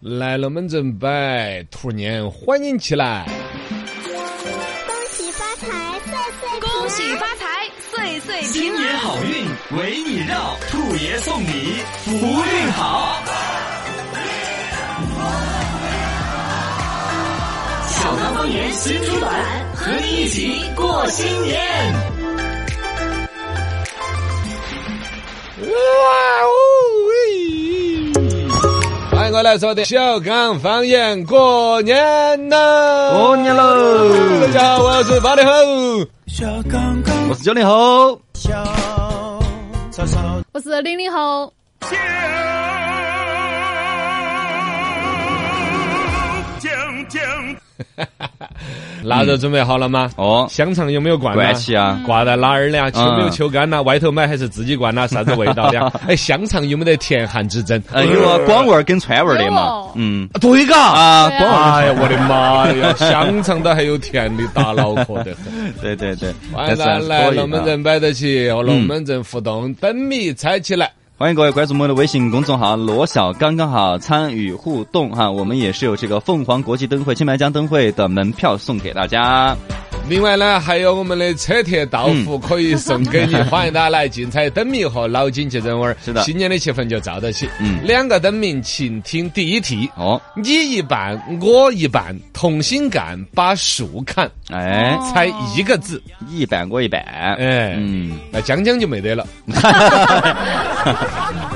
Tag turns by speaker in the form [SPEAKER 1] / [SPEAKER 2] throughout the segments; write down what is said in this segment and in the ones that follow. [SPEAKER 1] 来了们正摆，兔年欢迎起来！
[SPEAKER 2] 恭喜发财，岁岁平安
[SPEAKER 3] 恭喜发财，岁岁
[SPEAKER 4] 新
[SPEAKER 3] 平安。
[SPEAKER 4] 年好运为你绕，兔爷送你福运好。小刚方言新出版，和你一起过新年。
[SPEAKER 1] 哇哦喂！欢迎过来收听小刚方言过年喽！
[SPEAKER 5] 过年喽！
[SPEAKER 1] 大家好，我是八零后。
[SPEAKER 5] 我是九零后，
[SPEAKER 3] 我是零零后，
[SPEAKER 1] 腊肉准备好了吗？
[SPEAKER 5] 哦，
[SPEAKER 1] 香肠有没有灌呢
[SPEAKER 5] 灌起啊
[SPEAKER 1] 挂在哪儿呢？秋没有
[SPEAKER 5] 嗯
[SPEAKER 1] 秋干呐？外头买还是自己灌呐？啥子味道的 呀？哎，香肠有没得甜汗之争？
[SPEAKER 5] 呃，有啊，光味儿跟川味儿的嘛
[SPEAKER 3] 有，
[SPEAKER 5] 嗯，
[SPEAKER 1] 对嘎
[SPEAKER 5] 啊，
[SPEAKER 3] 对啊
[SPEAKER 5] 光味
[SPEAKER 1] 哎
[SPEAKER 5] 儿
[SPEAKER 1] 呀，我的妈呀！香肠都还有甜的，打脑壳得很。
[SPEAKER 5] 跟，对对对，
[SPEAKER 1] 欢 迎
[SPEAKER 5] 但是还
[SPEAKER 1] 来
[SPEAKER 5] 是
[SPEAKER 1] 来，
[SPEAKER 5] 可以
[SPEAKER 1] 龙门
[SPEAKER 5] 啊
[SPEAKER 1] 阵摆得起，和龙门阵互动，灯谜猜起来。
[SPEAKER 5] 欢迎各位关注我们的微信公众号“罗小刚刚好”，参与互动哈。我们也是有这个凤凰国际灯会、青白江灯会的门票送给大家。
[SPEAKER 1] 另外呢，还有我们的车贴到付可以送给你，欢迎大家来竞猜灯谜和脑筋急转弯儿。
[SPEAKER 5] 是的
[SPEAKER 1] 新年的气氛就造得起。
[SPEAKER 5] 嗯
[SPEAKER 1] 两个灯谜，请听第一题：
[SPEAKER 5] 哦，
[SPEAKER 1] 你一半，我一半，同心干，把树砍，
[SPEAKER 5] 哎，
[SPEAKER 3] 哦
[SPEAKER 1] 猜一个字。
[SPEAKER 5] 一板过一板，
[SPEAKER 1] 哎
[SPEAKER 5] 嗯，
[SPEAKER 1] 那江江就没得 了。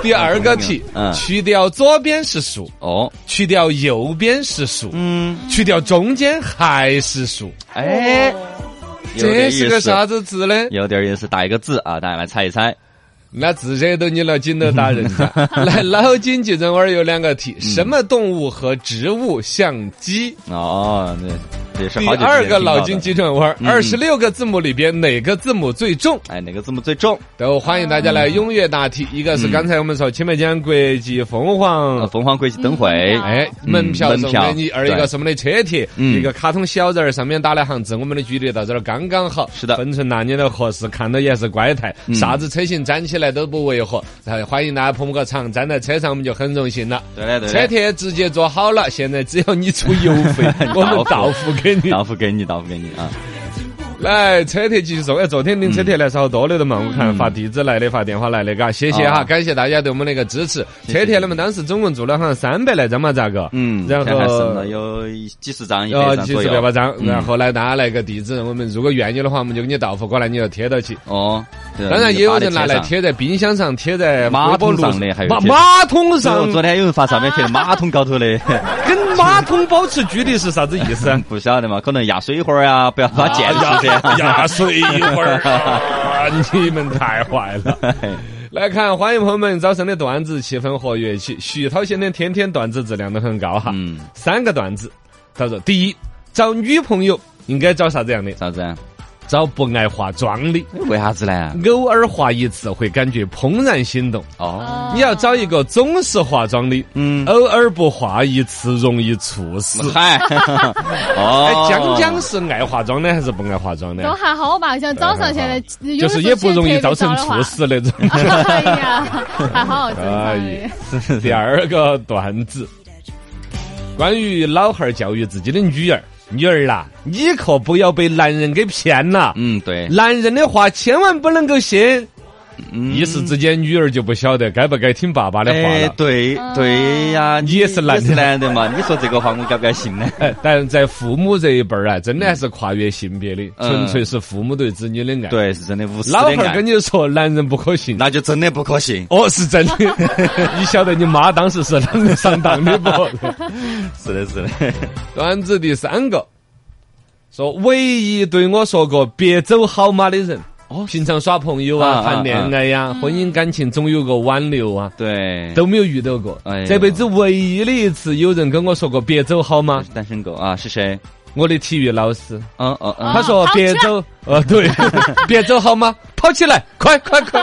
[SPEAKER 1] 第二个题
[SPEAKER 5] 嗯，
[SPEAKER 1] 去掉左边是树，
[SPEAKER 5] 哦，
[SPEAKER 1] 去掉右边是树，
[SPEAKER 5] 嗯，
[SPEAKER 1] 去掉中间还是树，
[SPEAKER 5] 哎，有
[SPEAKER 1] 嗯这
[SPEAKER 5] 点
[SPEAKER 1] 是
[SPEAKER 5] 意思
[SPEAKER 1] 个啥？子字呢？
[SPEAKER 5] 有点意思，打一个字啊，大家来猜一猜。
[SPEAKER 1] 那字惹到你了，紧都打人 家。来，脑筋急转弯儿有两个
[SPEAKER 5] 嗯
[SPEAKER 1] 题，什么动物和植物像鸡？
[SPEAKER 5] 哦，这这是
[SPEAKER 1] 第
[SPEAKER 5] 好久之前
[SPEAKER 1] 二个
[SPEAKER 5] 听到
[SPEAKER 1] 脑
[SPEAKER 5] 的
[SPEAKER 1] 筋急转弯儿，
[SPEAKER 5] 嗯
[SPEAKER 1] 二十六个字母里边哪个字母最重？
[SPEAKER 5] 哎，哪个字母最重？
[SPEAKER 1] 都欢迎大家来
[SPEAKER 5] 嗯
[SPEAKER 1] 踊跃答题。一个是刚才我们说青梅江国际凤
[SPEAKER 5] 呃，
[SPEAKER 1] 凰。
[SPEAKER 5] 凤凰国际灯会。
[SPEAKER 3] 嗯
[SPEAKER 1] 哎，
[SPEAKER 5] 嗯
[SPEAKER 1] 门票
[SPEAKER 5] 门
[SPEAKER 1] 送
[SPEAKER 5] 票
[SPEAKER 1] 给你，而一个
[SPEAKER 5] 对
[SPEAKER 1] 是我们的车贴，
[SPEAKER 5] 嗯
[SPEAKER 1] 一个卡通小人儿，上面打两行字，我们的距离到这儿刚刚好，
[SPEAKER 5] 是的嗯
[SPEAKER 1] 分寸拿捏的合适，看到也是乖态，啥子车型粘起来都不违和，哎欢迎大家捧个场，站在车上我们就很荣幸了。
[SPEAKER 5] 对的，对
[SPEAKER 1] 车
[SPEAKER 5] 的。
[SPEAKER 1] 贴直接做好了，现在只要你出邮 费，我们到付给你。
[SPEAKER 5] 答复给你，答复给你啊！
[SPEAKER 1] 来，车贴继续送。哎，昨天
[SPEAKER 5] 嗯
[SPEAKER 1] 领车贴来是好多的了嘛？我看发地址来的，发电话来的，嘎，谢谢哈，
[SPEAKER 5] 啊
[SPEAKER 1] 感谢大家对我们的一个支持。车贴那么当时总共做了好像三百来张嘛，咋个？
[SPEAKER 5] 嗯，
[SPEAKER 1] 然
[SPEAKER 5] 现在还剩
[SPEAKER 1] 后
[SPEAKER 5] 了。有一几十张，一百
[SPEAKER 1] 呃，
[SPEAKER 5] 张
[SPEAKER 1] 几
[SPEAKER 5] 左
[SPEAKER 1] 十百把
[SPEAKER 5] 右。
[SPEAKER 1] 张，
[SPEAKER 5] 嗯
[SPEAKER 1] 然后呢，大家来个地址，我们如果愿意的话，我们就给你到付过来，你就贴到起。
[SPEAKER 5] 哦，对
[SPEAKER 1] 当然，也有人拿来。
[SPEAKER 5] 你
[SPEAKER 1] 贴在冰箱上，贴在
[SPEAKER 5] 嗯马桶
[SPEAKER 1] 微波炉
[SPEAKER 5] 上的还有
[SPEAKER 1] 马
[SPEAKER 5] 贴
[SPEAKER 1] 马桶
[SPEAKER 5] 把它贴
[SPEAKER 1] 上
[SPEAKER 5] 上昨天有人发上面贴的马桶高头的，
[SPEAKER 1] 跟马桶保持距离是啥子意思啊？
[SPEAKER 5] 不晓得嘛？可能压水花儿啊，不 要把它溅出去
[SPEAKER 1] 压
[SPEAKER 5] 啊。
[SPEAKER 1] 压水一会 儿啊！你们太坏了。来看，欢迎朋友们早上的段子，气氛活跃起。徐涛先生天天段子质量都很高哈。
[SPEAKER 5] 嗯，
[SPEAKER 1] 三个段子，他说：第一，找女朋友应该找啥子样的？
[SPEAKER 5] 啥子啊？
[SPEAKER 1] 找不爱化妆的，
[SPEAKER 5] 为啥子呢？
[SPEAKER 1] 偶尔化一次会感觉怦然心动。
[SPEAKER 5] 哦，
[SPEAKER 1] 你要找一个总是化妆的，
[SPEAKER 5] 嗯，
[SPEAKER 1] 偶尔不化一次容易猝死。
[SPEAKER 5] 嗨，
[SPEAKER 1] 哎
[SPEAKER 5] 哦，，
[SPEAKER 1] 江江是爱化妆呢，还是不爱化妆呢？
[SPEAKER 3] 都还好吧？像早上现在啊有的
[SPEAKER 1] 就是
[SPEAKER 3] 时候
[SPEAKER 1] 也不容易
[SPEAKER 3] 天气
[SPEAKER 1] 造
[SPEAKER 3] 特别
[SPEAKER 1] 成
[SPEAKER 3] 糟的话
[SPEAKER 1] 猝。死那种。
[SPEAKER 3] 哎呀，还好，正常
[SPEAKER 1] 可
[SPEAKER 3] 的
[SPEAKER 1] 以。第二个段子，关于老汉儿教育自己的女儿，女儿啦，你可不要被男人给骗了。
[SPEAKER 5] 嗯，对，
[SPEAKER 1] 男人的话千万不能够信，
[SPEAKER 5] 嗯
[SPEAKER 1] 一时之间女儿就不晓得该不该听爸爸的话
[SPEAKER 5] 哎，
[SPEAKER 1] 了。
[SPEAKER 5] 对对呀，
[SPEAKER 1] 你也是男的
[SPEAKER 5] 啊是男的嘛？你说这个话我该不该信呢？
[SPEAKER 1] 哎，但在父母这一辈儿啊，真的还是跨越性别的，
[SPEAKER 5] 嗯
[SPEAKER 1] 纯粹是父母对子女的爱。，
[SPEAKER 5] 对，是真的无私的
[SPEAKER 1] 老汉儿
[SPEAKER 5] 爱
[SPEAKER 1] 跟，你说男人不可信，
[SPEAKER 5] 那就真的不可信。
[SPEAKER 1] 哦，是真 的。你晓得你妈当时是啷个上当 的不？
[SPEAKER 5] 是的，是的。
[SPEAKER 1] 段子第三个，说唯一对我说过“别走好吗”的人，
[SPEAKER 5] 哦
[SPEAKER 1] 平常耍朋友啊、
[SPEAKER 5] 啊
[SPEAKER 1] 谈恋爱呀、婚姻感情总有个挽留啊，
[SPEAKER 5] 对，
[SPEAKER 1] 都没有遇到过。
[SPEAKER 5] 嗯哎呦
[SPEAKER 1] 这辈子唯一的一次有人跟我说过“别走好吗
[SPEAKER 5] 是单身狗啊，是谁？”，
[SPEAKER 1] 我的体育老师，
[SPEAKER 5] 嗯嗯嗯，
[SPEAKER 1] 他说
[SPEAKER 3] 跑：“起来
[SPEAKER 1] 别走，呃，对，别走好吗？跑起来，快快 快！”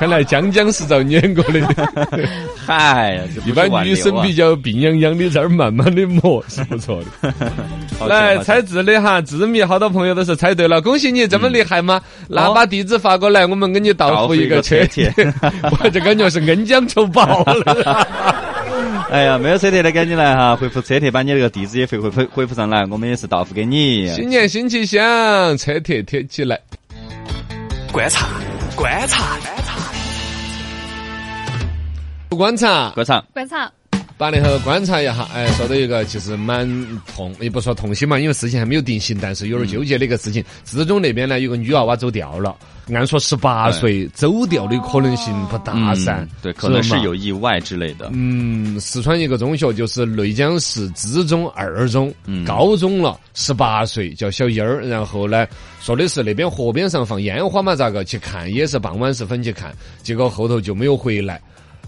[SPEAKER 1] 看来江江是遭碾 过的。
[SPEAKER 5] 嗨呀，这不是
[SPEAKER 1] 一般
[SPEAKER 5] 挽
[SPEAKER 1] 女
[SPEAKER 5] 留
[SPEAKER 1] 生
[SPEAKER 5] 啊
[SPEAKER 1] 比较病殃殃的，在儿慢慢的磨是不错的。
[SPEAKER 5] 好巧
[SPEAKER 1] 来
[SPEAKER 5] 好巧
[SPEAKER 1] 猜字的哈，字谜好多朋友都是猜对了，恭喜你这么厉害吗？那把地址发过来，我们给你到
[SPEAKER 5] 搞
[SPEAKER 1] 哦付
[SPEAKER 5] 出
[SPEAKER 1] 一
[SPEAKER 5] 一
[SPEAKER 1] 个
[SPEAKER 5] 个
[SPEAKER 1] 车
[SPEAKER 5] 车
[SPEAKER 1] 贴
[SPEAKER 5] 贴。
[SPEAKER 1] 我这感觉是恩将仇报了。
[SPEAKER 5] 哎呀，没有车贴的赶紧来哈，回复车贴把你那个地址也回回复回复上来，我们也是到付给你。
[SPEAKER 1] 新年新气象，车贴贴起来。
[SPEAKER 4] 观察，观察，
[SPEAKER 1] 不观察，
[SPEAKER 5] 歌唱，
[SPEAKER 3] 观察，
[SPEAKER 1] 八零后观察一下，哎，说到一个其实蛮痛，也不说痛心嘛，因为事情还没有定性，但是有点纠结的一个事情。四中那边呢，有个女娃娃走掉了，按说十八岁走掉的可能性不大噻
[SPEAKER 5] 哎嗯，，对，可能是
[SPEAKER 1] 嘛
[SPEAKER 5] 有意外之类的。
[SPEAKER 1] 嗯，四川一个中学就是内江市资中二中，高中了，十八岁叫小英儿，然后呢，说的是那边河边上放烟花嘛，咋个去看也是傍晚时分去看，结果后头就没有回来。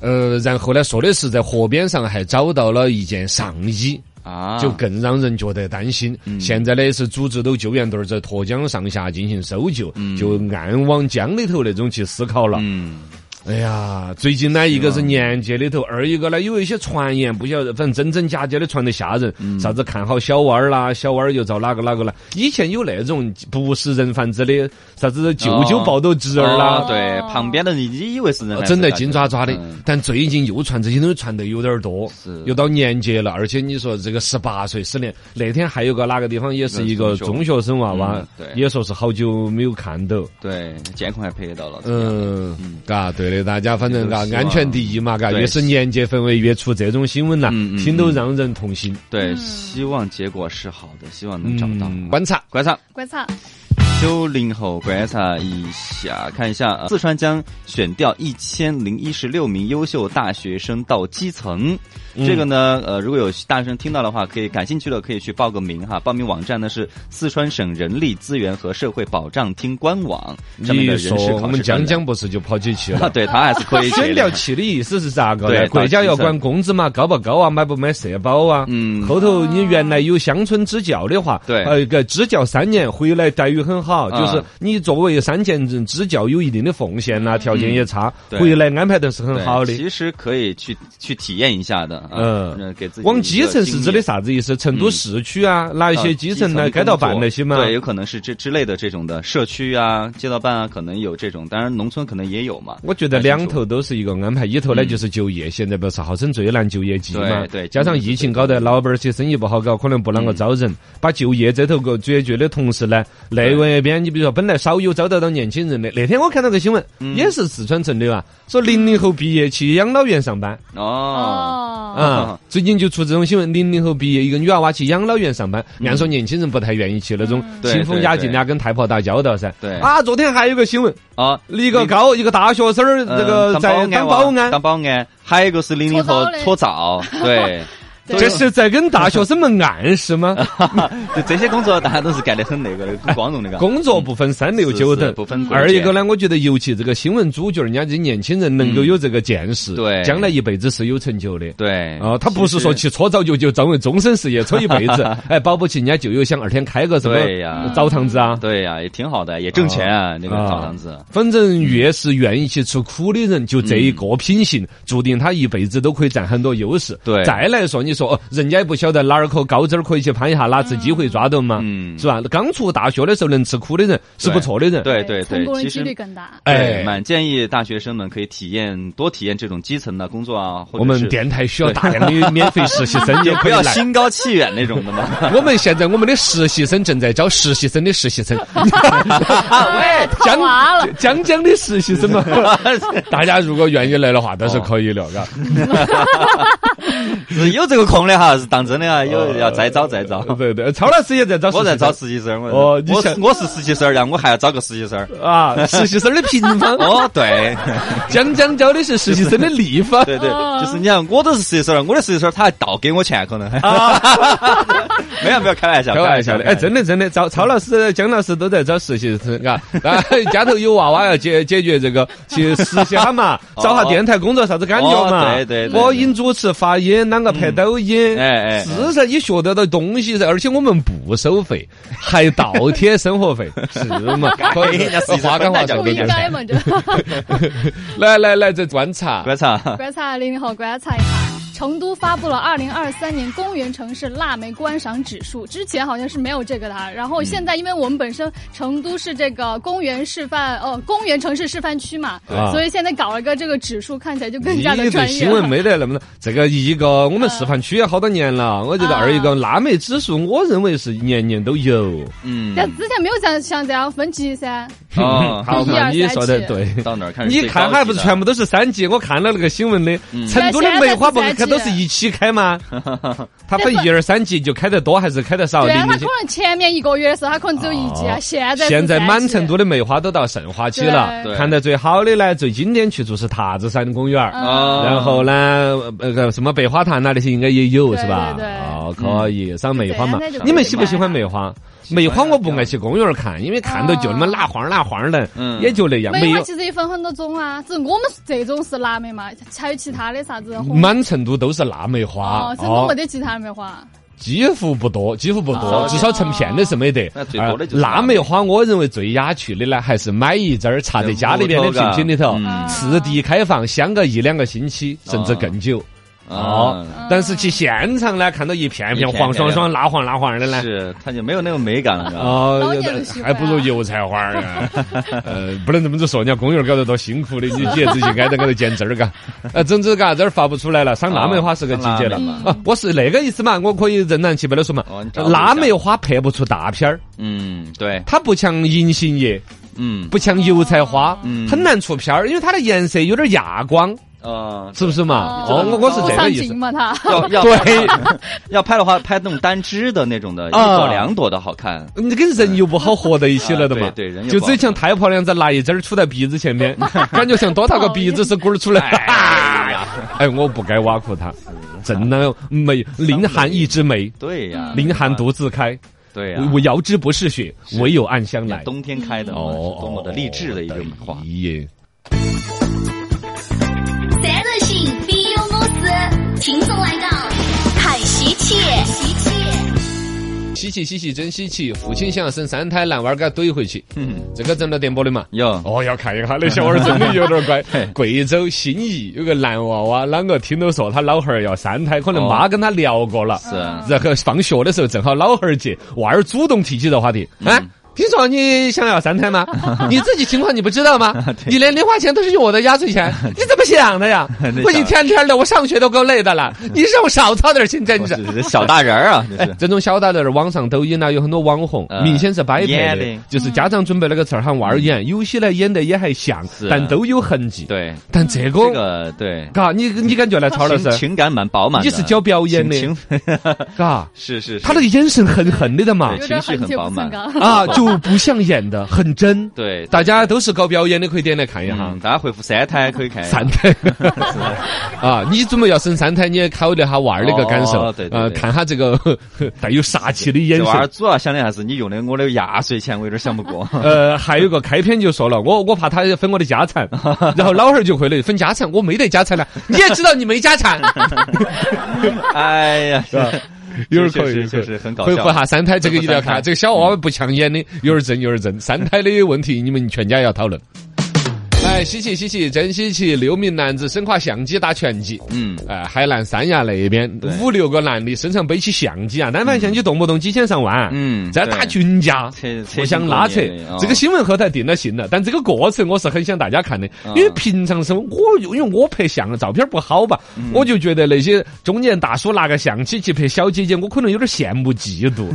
[SPEAKER 1] 呃，然后呢，说的是在河边上还找到了一件上衣，
[SPEAKER 5] 啊，
[SPEAKER 1] 就更让人觉得担心。现在呢是组织都救援队儿在沱江上下进行搜救，就暗往江里头那种去思考了。
[SPEAKER 5] 嗯，
[SPEAKER 1] 哎呀，最近呢，一个是年节里头，二一个呢，有一些传言，不晓得，反正真真假假的传得吓人。
[SPEAKER 5] 嗯
[SPEAKER 1] 啥子看好小娃儿啦，小娃儿又遭哪个哪个啦？以前有那种不是人贩子的，啥子舅舅抱到侄儿
[SPEAKER 5] 啊，
[SPEAKER 1] 啦，哦
[SPEAKER 5] 对，旁边的人你以为是人还是
[SPEAKER 1] 真的
[SPEAKER 5] 啥
[SPEAKER 1] 金抓抓的
[SPEAKER 5] 嗯。
[SPEAKER 1] 但最近又传这些东西传得有点儿多
[SPEAKER 5] 是，
[SPEAKER 1] 又到年节了，而且你说这个十八岁十年，那天还有个哪个地方也是一个
[SPEAKER 5] 一个中
[SPEAKER 1] 中学生娃娃
[SPEAKER 5] 嗯对，
[SPEAKER 1] 也说是好久没有看到。
[SPEAKER 5] 对，监控还拍得到了。
[SPEAKER 1] 嗯，嘎，对的，大家反正嘎
[SPEAKER 5] 也，都希望
[SPEAKER 1] 安全第一嘛，嘎，
[SPEAKER 5] 对
[SPEAKER 1] 越是年节氛围，越出这种新闻呐
[SPEAKER 5] 嗯嗯，
[SPEAKER 1] 听都让人痛心。
[SPEAKER 5] 对，希望结果是好的，希望能找到。
[SPEAKER 1] 嗯观察，
[SPEAKER 5] 观察
[SPEAKER 3] 观察，
[SPEAKER 5] 九零后观察一下，看一下呃四川将选调一千零一十六名优秀大学生到基层。
[SPEAKER 1] 嗯
[SPEAKER 5] 这个呢，呃，如果有大学生听到的话，可以感兴趣的可以去报个名哈。报名网站呢是四川省人力资源和社会保障厅官网上面的
[SPEAKER 1] 嗯你
[SPEAKER 5] 人事
[SPEAKER 1] 说
[SPEAKER 5] 考试
[SPEAKER 1] 我们江
[SPEAKER 5] 专栏
[SPEAKER 1] 江不是就跑起去
[SPEAKER 5] 啊，
[SPEAKER 1] 了？
[SPEAKER 5] 对他还是可以
[SPEAKER 1] 选
[SPEAKER 5] 去
[SPEAKER 1] 调
[SPEAKER 5] 的。
[SPEAKER 1] 器的意思是咋个呢
[SPEAKER 5] 对？
[SPEAKER 1] 国家要
[SPEAKER 5] 到底
[SPEAKER 1] 管
[SPEAKER 5] 是
[SPEAKER 1] 工资嘛，高不高啊，买不买社保啊？
[SPEAKER 5] 嗯
[SPEAKER 1] 后头你原来有乡村支教的话，
[SPEAKER 5] 对
[SPEAKER 1] 呃，个支教三年回来待遇很好，
[SPEAKER 5] 啊
[SPEAKER 1] 就是你作为三件人支教有一定的奉献呐，条件也差，
[SPEAKER 5] 嗯对
[SPEAKER 1] 回来安排的是很
[SPEAKER 5] 对
[SPEAKER 1] 好的。
[SPEAKER 5] 其实可以去去体验一下的。啊
[SPEAKER 1] 嗯
[SPEAKER 5] 那给自己
[SPEAKER 1] 往
[SPEAKER 5] 一
[SPEAKER 1] 基
[SPEAKER 5] 个
[SPEAKER 1] 层
[SPEAKER 5] 经
[SPEAKER 1] 是指的
[SPEAKER 5] 验
[SPEAKER 1] 啥子意思？成都
[SPEAKER 5] 嗯
[SPEAKER 1] 市区啊，哪一
[SPEAKER 5] 到
[SPEAKER 1] 些基层呢？
[SPEAKER 5] 工
[SPEAKER 1] 街道办
[SPEAKER 5] 作
[SPEAKER 1] 那些吗？
[SPEAKER 5] 对，有可能是这之类的这种的社区啊、街道办啊，可能有这种，当然农村可能也有嘛。
[SPEAKER 1] 我觉得
[SPEAKER 5] 不清楚
[SPEAKER 1] 两头都是一个安排，一头呢
[SPEAKER 5] 嗯
[SPEAKER 1] 就是就业，现在不是号称最难就业季嘛？
[SPEAKER 5] 对对
[SPEAKER 1] 加上疫情搞得老板儿些生意不好搞，可能不啷个
[SPEAKER 5] 嗯
[SPEAKER 1] 招人，把就业这头个解决的同时呢，另外一边你比如说本来少有招得到年轻人的，那天我看到个新闻，
[SPEAKER 5] 嗯
[SPEAKER 1] 也是四川成都啊，说零零后毕业去养老院上班
[SPEAKER 5] 哦，
[SPEAKER 3] 哦，
[SPEAKER 1] 啊，最近就出这种新闻，零零后毕业一个女娃娃去养老院上班，按说年轻人不太愿意去那种
[SPEAKER 5] 对
[SPEAKER 1] 清风
[SPEAKER 5] 对
[SPEAKER 1] 雅
[SPEAKER 5] 对
[SPEAKER 1] 静的啊，跟太婆打交道噻。
[SPEAKER 5] 对
[SPEAKER 1] 啊，昨天还有个新闻。
[SPEAKER 5] 啊，
[SPEAKER 1] 一个高一个大学生儿，
[SPEAKER 5] 呃
[SPEAKER 1] 这个在
[SPEAKER 5] 当
[SPEAKER 1] 当保
[SPEAKER 5] 安哇，啊
[SPEAKER 1] 安，
[SPEAKER 5] 当保安，还有一个是零零后
[SPEAKER 3] 搓澡的
[SPEAKER 5] 搓澡，对，
[SPEAKER 3] 对
[SPEAKER 1] 这是在跟大学生们暗示吗？
[SPEAKER 5] 嗯就这些工作大家都是干得很那个的，很光 荣的，嘎。
[SPEAKER 1] 工作不分三六
[SPEAKER 5] 是
[SPEAKER 1] 九
[SPEAKER 5] 是
[SPEAKER 1] 等，
[SPEAKER 5] 不分贵
[SPEAKER 1] 二一
[SPEAKER 5] 贱
[SPEAKER 1] 个呢，我觉得尤其这个新闻主角，人家这年轻人能够有这个见识，
[SPEAKER 5] 嗯对
[SPEAKER 1] 将来一辈子是有成就的。
[SPEAKER 5] 对
[SPEAKER 1] 哦，他不是说
[SPEAKER 5] 其实
[SPEAKER 1] 去搓澡就就作为终身事业搓一辈子， 哎，保不齐人家就有想二天开个什
[SPEAKER 5] 对呀
[SPEAKER 1] 么澡堂子啊。
[SPEAKER 5] 对呀，也挺好的，也挣钱
[SPEAKER 1] 哦
[SPEAKER 5] 啊，那个澡堂子。
[SPEAKER 1] 反正越是愿意去吃苦的人，就这一个品行，注定他一辈子都可以占很多优势。
[SPEAKER 5] 对
[SPEAKER 1] 再来说，你说哦，人家也不晓得哪儿口高枝儿可以去攀一下，哪次机会抓到嘛，
[SPEAKER 5] 嗯
[SPEAKER 1] 是吧？刚出大学的时候能吃苦的人是不错的人，，
[SPEAKER 5] 对对
[SPEAKER 3] 成
[SPEAKER 5] 对
[SPEAKER 3] 功，的
[SPEAKER 5] 其
[SPEAKER 3] 几
[SPEAKER 5] 实
[SPEAKER 3] 率更大。
[SPEAKER 5] 对，
[SPEAKER 1] 哎，
[SPEAKER 5] 蛮建议大学生们可以体验多体验这种基层的工作啊，或者
[SPEAKER 1] 我们
[SPEAKER 5] 是
[SPEAKER 1] 电台需要大量的免费实习生，也
[SPEAKER 5] 不
[SPEAKER 1] 可以
[SPEAKER 5] 要
[SPEAKER 1] 来。
[SPEAKER 5] 心高气远那种的嘛。
[SPEAKER 1] 我们现在我们的实习生正在招实习生的实习生，
[SPEAKER 3] 哎套
[SPEAKER 1] 江
[SPEAKER 3] 娃了，
[SPEAKER 1] 江江的实习生嘛，大家如果愿意来的话，倒是可以了，嘎。
[SPEAKER 5] 是有这个空的哈，是当真的啊，有
[SPEAKER 1] 哦
[SPEAKER 5] 要再招再招。
[SPEAKER 1] 对对，曹老师也在招，
[SPEAKER 5] 我在招实习生，我
[SPEAKER 1] 哦你
[SPEAKER 5] 我
[SPEAKER 1] 想
[SPEAKER 5] 是我是实习生，然后我还要招个实习生。，
[SPEAKER 1] 啊，实习生的平方
[SPEAKER 5] 哦，对，
[SPEAKER 1] 江江教的是实习生的立方。
[SPEAKER 5] 对对，
[SPEAKER 3] 哦
[SPEAKER 5] 就是你看，我都是实习生，我的实习生他还倒给我钱，可能。 没有没有，开玩笑，
[SPEAKER 1] 啊开玩笑的，哎，
[SPEAKER 5] 的。
[SPEAKER 1] 真的真的，曹曹老师、江老师都在找实习生， 嘎，然后家头有娃娃要解解决这个，去实习哈嘛，
[SPEAKER 5] 哦
[SPEAKER 1] 找下电台工作啥子感觉嘛，
[SPEAKER 5] 哦对对对
[SPEAKER 1] 播音主持、发音，啷个拍抖音，
[SPEAKER 5] 哎哎哎
[SPEAKER 1] 是啊噻，你学得到东西噻，而且我们不收 费，还倒贴生活费，是嘛？可以
[SPEAKER 5] 人家实习生
[SPEAKER 1] 话赶话
[SPEAKER 5] 本
[SPEAKER 1] 说
[SPEAKER 5] 来就
[SPEAKER 3] 不
[SPEAKER 1] 给
[SPEAKER 3] 应
[SPEAKER 1] 人
[SPEAKER 3] 该嘛，这
[SPEAKER 1] 来来来，这观察，
[SPEAKER 5] 观察，
[SPEAKER 3] 观察零零后观察一下，
[SPEAKER 6] 成都发布了二零二三年公园城市腊梅观赏指数，之前好像是没有这个的啊。然
[SPEAKER 1] 嗯
[SPEAKER 6] 后现在，因为我们本身成都是这个公园示范呃公园城市示范区嘛，
[SPEAKER 1] 对啊
[SPEAKER 6] 所以现在搞了个这个指数，看起来就更
[SPEAKER 1] 你
[SPEAKER 6] 加的
[SPEAKER 1] 对
[SPEAKER 6] 专业啊
[SPEAKER 1] 新闻
[SPEAKER 6] 了。
[SPEAKER 1] 没得那么多这个一个我们示范区也好多年了，我觉得
[SPEAKER 6] 啊
[SPEAKER 1] 二一个腊梅指数，我认为是年年都有。
[SPEAKER 5] 嗯，
[SPEAKER 6] 但之前没有像像这样分级噻，
[SPEAKER 5] 哦
[SPEAKER 1] 嗯好
[SPEAKER 6] 一
[SPEAKER 1] 嘛，
[SPEAKER 6] 二
[SPEAKER 1] 你
[SPEAKER 6] 三嗯
[SPEAKER 1] 说的
[SPEAKER 6] 级嗯
[SPEAKER 1] 对。
[SPEAKER 5] 到哪儿看？
[SPEAKER 1] 你看还不是全部都是三级？我看了那个新闻的，成都的梅花不是开都是一起开 吗？它分一二三级就开得多还是开得少？
[SPEAKER 6] 对啊，
[SPEAKER 1] 零
[SPEAKER 6] 他
[SPEAKER 1] 零
[SPEAKER 6] 可能前面一个月的时候，他可能只有一级啊，
[SPEAKER 1] 哦
[SPEAKER 6] 现在
[SPEAKER 1] 现在满成
[SPEAKER 6] 程度
[SPEAKER 1] 都的梅花都到盛花期了
[SPEAKER 5] 对，对
[SPEAKER 1] 看得最好的呢，最经典去处是塔子山公园儿
[SPEAKER 6] 嗯
[SPEAKER 5] 啊？
[SPEAKER 1] 然后呢，呃个什么百花坛呐那些应该也有
[SPEAKER 6] 对
[SPEAKER 1] 是吧？
[SPEAKER 6] 对对
[SPEAKER 1] 哦，可以赏梅花嘛
[SPEAKER 6] 对那就。
[SPEAKER 1] 你们喜不喜欢梅花？梅花我不爱去公园儿看，因为看到就那么
[SPEAKER 6] 哦
[SPEAKER 1] 蜡黄蜡黄的
[SPEAKER 5] 嗯，
[SPEAKER 1] 也就那样，没
[SPEAKER 6] 梅花
[SPEAKER 1] 有。
[SPEAKER 6] 啊其实也分很多种啊，只是我们这种是腊梅嘛，还有其他的啥子红
[SPEAKER 1] 满成都都是腊梅花
[SPEAKER 6] 哦，，成都没得其他的梅花。
[SPEAKER 1] 几乎不多，几乎不多
[SPEAKER 5] 哦，
[SPEAKER 1] 至少成片的是没得。
[SPEAKER 5] 那最多的就
[SPEAKER 1] 呃
[SPEAKER 5] 是腊
[SPEAKER 1] 腊
[SPEAKER 5] 梅
[SPEAKER 1] 梅花，我认为最雅趣的呢，还是买一枝儿插在家里边的瓶瓶里头，
[SPEAKER 5] 嗯
[SPEAKER 1] 次第开放，香个一两个星期，甚至更久。哦
[SPEAKER 6] 嗯
[SPEAKER 5] 啊，
[SPEAKER 1] 但是去现场呢，看到一片片
[SPEAKER 5] 一片
[SPEAKER 1] 黄爽爽、蜡黄蜡黄的呢，
[SPEAKER 5] 是它就没有那个美感了，是吧？
[SPEAKER 1] 哦
[SPEAKER 6] 老年人喜，欢
[SPEAKER 1] 还不如油菜花儿啊！呃，不能这么子说，人家公园儿搞得多辛苦的，你姐自己挨着挨着见枝儿嘎。呃，总之嘎，这儿发不出来了，赏
[SPEAKER 5] 啊
[SPEAKER 1] 腊梅花是个季节了嗯
[SPEAKER 5] 赏腊梅
[SPEAKER 1] 啊！我是那个意思嘛，我可以正南气北的说嘛
[SPEAKER 5] 哦你，找我一下
[SPEAKER 1] 腊梅花拍不出大片儿，
[SPEAKER 5] 嗯，对，
[SPEAKER 1] 它不像银杏叶，
[SPEAKER 5] 嗯，
[SPEAKER 1] 不像油菜花
[SPEAKER 5] 嗯，
[SPEAKER 1] 很难出片儿，因为它的颜色有点亚光，
[SPEAKER 5] 呃，
[SPEAKER 1] 是不是嘛？哦，我我是这个意思。
[SPEAKER 6] 嘛 他。
[SPEAKER 5] 要要
[SPEAKER 1] 对，
[SPEAKER 5] 要拍的话，拍那种单枝的那种的，一朵两朵的好看。
[SPEAKER 1] 你跟人又不好合在一起啊了的嘛
[SPEAKER 5] 啊，对对人又
[SPEAKER 1] 就
[SPEAKER 5] 不
[SPEAKER 1] 只
[SPEAKER 5] 好
[SPEAKER 1] 像太婆那样子拿一针儿杵在鼻子前 面，感觉像多大个鼻子是滚儿出来。哎，我不该挖苦他，
[SPEAKER 5] 哎
[SPEAKER 1] 真的没凌寒一枝梅，
[SPEAKER 5] 对呀，
[SPEAKER 1] 凌寒独自开，
[SPEAKER 5] 对嗯哎呀，
[SPEAKER 1] 我遥知不是雪，唯有暗香来。哦哎
[SPEAKER 5] 冬天开的嘛，是多么的励志的一个花。
[SPEAKER 1] 咦，
[SPEAKER 4] 三人行必有我师，轻松来搞，看稀奇，稀奇，
[SPEAKER 1] 稀奇稀奇真稀奇，父亲想生三胎，男娃儿给他怼回去，
[SPEAKER 5] 嗯，
[SPEAKER 1] 这个整了电波的嘛。
[SPEAKER 5] 哟，
[SPEAKER 1] 哦，要看一下那小娃儿真的有点 乖。贵州兴义有个男娃娃，啷个听都说他老汉儿要三胎，可
[SPEAKER 5] 哦
[SPEAKER 1] 能妈跟他聊过了。
[SPEAKER 5] 是啊
[SPEAKER 1] 然后放学的时候，正好老汉儿节，娃儿主动提起这话题，
[SPEAKER 5] 嗯
[SPEAKER 1] 哎。听说你想要三胎 吗？你自己情况你不知道吗？你连零花钱都是用我的压岁 钱，你怎么想的呀
[SPEAKER 5] 那？
[SPEAKER 1] 我一
[SPEAKER 5] 想
[SPEAKER 1] 天天的，我上学都够累的 了，你让我少操点心，真
[SPEAKER 5] 我
[SPEAKER 1] 是。
[SPEAKER 5] 是小大人儿啊，这
[SPEAKER 1] 哎
[SPEAKER 5] 是，
[SPEAKER 1] 这种小大人儿，网上抖音啊，有很多网红，
[SPEAKER 5] 呃
[SPEAKER 1] 明显是摆拍
[SPEAKER 5] 演
[SPEAKER 1] 的
[SPEAKER 5] 的，
[SPEAKER 1] 就是家长准备了个词儿喊娃儿演，有些呢演得也还像
[SPEAKER 5] 嗯是，啊
[SPEAKER 1] 但都有痕迹。
[SPEAKER 5] 对，
[SPEAKER 1] 但这
[SPEAKER 5] 这
[SPEAKER 1] 个，
[SPEAKER 5] 个对，
[SPEAKER 1] 嘎，你你感觉来，曹老
[SPEAKER 5] 情
[SPEAKER 1] 师，
[SPEAKER 5] 情感蛮饱满的。
[SPEAKER 1] 你是教表演的，
[SPEAKER 5] 情 情
[SPEAKER 1] 嘎，
[SPEAKER 5] 是是，是
[SPEAKER 1] 他那个眼神很狠的的嘛，
[SPEAKER 5] 对
[SPEAKER 6] 有点
[SPEAKER 5] 情绪
[SPEAKER 6] 很
[SPEAKER 5] 很
[SPEAKER 6] 久
[SPEAKER 5] 饱
[SPEAKER 6] 不
[SPEAKER 5] 满
[SPEAKER 6] 曾刚。
[SPEAKER 1] 啊，就不像演的，很真。
[SPEAKER 5] 对
[SPEAKER 1] 大家都是搞表演的，可以点来看一下哎
[SPEAKER 5] 嗯，。大家回复三胎可以看一下
[SPEAKER 1] 三 胎啊，你准备要生三胎，你也考虑下娃儿那个感受
[SPEAKER 5] 哦，对对
[SPEAKER 1] 呃，
[SPEAKER 5] 对
[SPEAKER 1] 看他这个 呵呵带有杀气的眼
[SPEAKER 5] 这
[SPEAKER 1] 神
[SPEAKER 5] 娃。儿主要想的还是你用的我的压岁钱，我有点想 不过。
[SPEAKER 1] 呃，还有个开篇就说了，我我怕他分我的家 产，然后老汉儿就回了分家产，我没得家产了，你也知道你没家产，
[SPEAKER 5] 哎 呀，
[SPEAKER 1] 是吧？有点可以，
[SPEAKER 5] 确实确实很搞笑
[SPEAKER 1] 恢复哈三胎这个一定要
[SPEAKER 5] 恢复三
[SPEAKER 1] 看，
[SPEAKER 5] 胎
[SPEAKER 1] 这个小娃娃不抢眼的，有点正有点正，三胎的问题你们全家要讨论。哎来，稀奇稀奇，真稀奇！六名男子身挎相机打拳击，
[SPEAKER 5] 嗯，
[SPEAKER 1] 呃，海南三亚那边
[SPEAKER 5] 对
[SPEAKER 1] 五六个男的身上背起相机啊，单反相机动不动几千上万，
[SPEAKER 5] 嗯
[SPEAKER 1] 在打
[SPEAKER 5] 对
[SPEAKER 1] 群架
[SPEAKER 5] 车，车
[SPEAKER 1] 互相
[SPEAKER 5] 型
[SPEAKER 1] 拉
[SPEAKER 5] 过
[SPEAKER 1] 扯
[SPEAKER 5] 年的哦。
[SPEAKER 1] 这个 新闻后台定了性了，但这个过程我是很想大家看的，
[SPEAKER 5] 啊
[SPEAKER 1] 因为平常生活我因为我拍相照片不好吧，
[SPEAKER 5] 嗯
[SPEAKER 1] 我就觉得那些中年大叔拿个相机去拍小姐姐，我可能有点羡慕嫉 妒。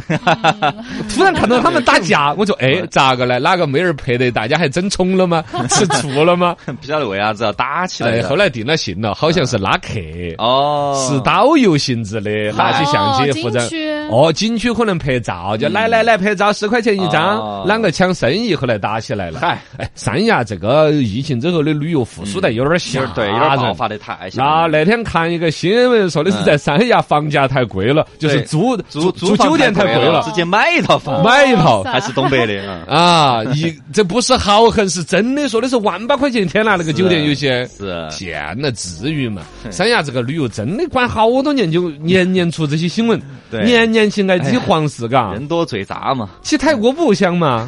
[SPEAKER 1] 突然看到他们打架，我就
[SPEAKER 5] 嗯
[SPEAKER 1] 哎咋个了？哪个妹儿拍的？大家还争宠了 吗？吃醋了吗？
[SPEAKER 5] 不晓得为啥子要 打起来
[SPEAKER 1] 哎，
[SPEAKER 5] 的。
[SPEAKER 1] 后来定了性了，好像是拉客。
[SPEAKER 5] 哦，
[SPEAKER 1] 是导游性质的，拿起相机
[SPEAKER 6] 哦
[SPEAKER 1] 负责
[SPEAKER 6] 景区。
[SPEAKER 1] 哦，景区可能拍照，就来来来拍照，十块钱一
[SPEAKER 5] 嗯哦
[SPEAKER 1] 张，啷个抢生意？后来打起来了。
[SPEAKER 5] 嗨，嗯
[SPEAKER 1] 哎，三亚这个疫情之后的旅游复苏的有点吓
[SPEAKER 5] 有
[SPEAKER 1] 人
[SPEAKER 5] 点。对，有点爆发的太哎
[SPEAKER 1] 那
[SPEAKER 5] 吓人了。
[SPEAKER 1] 那天看一个新闻，说的是在三亚房价太贵了，就是
[SPEAKER 5] 对
[SPEAKER 1] 租
[SPEAKER 5] 租
[SPEAKER 1] 租
[SPEAKER 5] 房
[SPEAKER 1] 酒店太
[SPEAKER 5] 贵
[SPEAKER 1] 贵了
[SPEAKER 5] 直，接买一套房，
[SPEAKER 1] 买一套
[SPEAKER 5] 还是东北的 啊。
[SPEAKER 1] 啊！一这不是豪横，是真的，说的是万把块钱一天呐，那个酒店有些。
[SPEAKER 5] 是啊
[SPEAKER 1] 天呐，至于嘛？三亚这个旅游真的管好多年，就年年出这些新闻。
[SPEAKER 5] 对哎
[SPEAKER 1] 年年请来几皇室，嘎，
[SPEAKER 5] 人多嘴杂嘛，
[SPEAKER 1] 去泰国不香 嘛，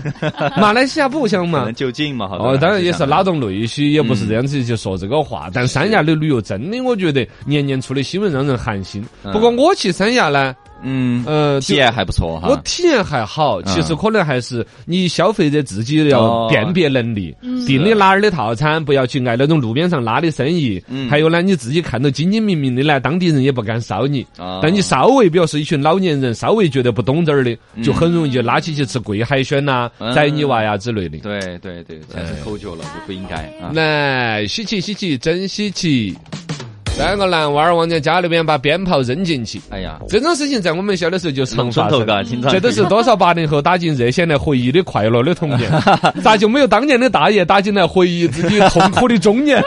[SPEAKER 1] 马来西亚不香
[SPEAKER 5] 可
[SPEAKER 1] 嘛
[SPEAKER 5] 能。嗯就近嘛，好多
[SPEAKER 1] 哦，
[SPEAKER 5] 人
[SPEAKER 1] 当然也
[SPEAKER 5] 这
[SPEAKER 1] 是
[SPEAKER 5] 样
[SPEAKER 1] 拉动内需，也不是这样子去说这个话。但三亚的旅游真的，我觉得年年出的新闻让人寒心。
[SPEAKER 5] 嗯
[SPEAKER 1] 不过我去三亚呢，
[SPEAKER 5] 嗯，
[SPEAKER 1] 呃，
[SPEAKER 5] 体
[SPEAKER 1] 就
[SPEAKER 5] 验还不错
[SPEAKER 1] 我
[SPEAKER 5] 哈。
[SPEAKER 1] 体验还好，其实可能还是你消费者自己
[SPEAKER 5] 啊
[SPEAKER 1] 要
[SPEAKER 5] 哦
[SPEAKER 1] 辨别能力，订的哪儿的套餐，不要去挨那种路边上拉的生意
[SPEAKER 5] 嗯。
[SPEAKER 1] 还有呢，你自己看到精精明明的呢，当地人也不敢烧你
[SPEAKER 5] 哦。
[SPEAKER 1] 但你稍微，比如是一群老年人，稍微觉得不懂这儿的，就很容易就拉起去吃贵海鲜呐
[SPEAKER 5] 嗯、
[SPEAKER 1] 宰你娃呀之类的。
[SPEAKER 5] 对对对，
[SPEAKER 1] 哎
[SPEAKER 5] 才是抠脚了，就不应该啊。
[SPEAKER 1] 来，稀奇稀奇，真稀奇！三个男娃儿往人家家里边把鞭炮扔进去，
[SPEAKER 5] 哎呀，
[SPEAKER 1] 这种事情在我们小的时候就常
[SPEAKER 5] 农
[SPEAKER 1] 发生。
[SPEAKER 5] 村头 嘎，经常
[SPEAKER 1] 这都是多少八零后打进热线来回忆的快乐的童 年，咋就没有当年的大爷打进来回忆自己痛苦的中 年？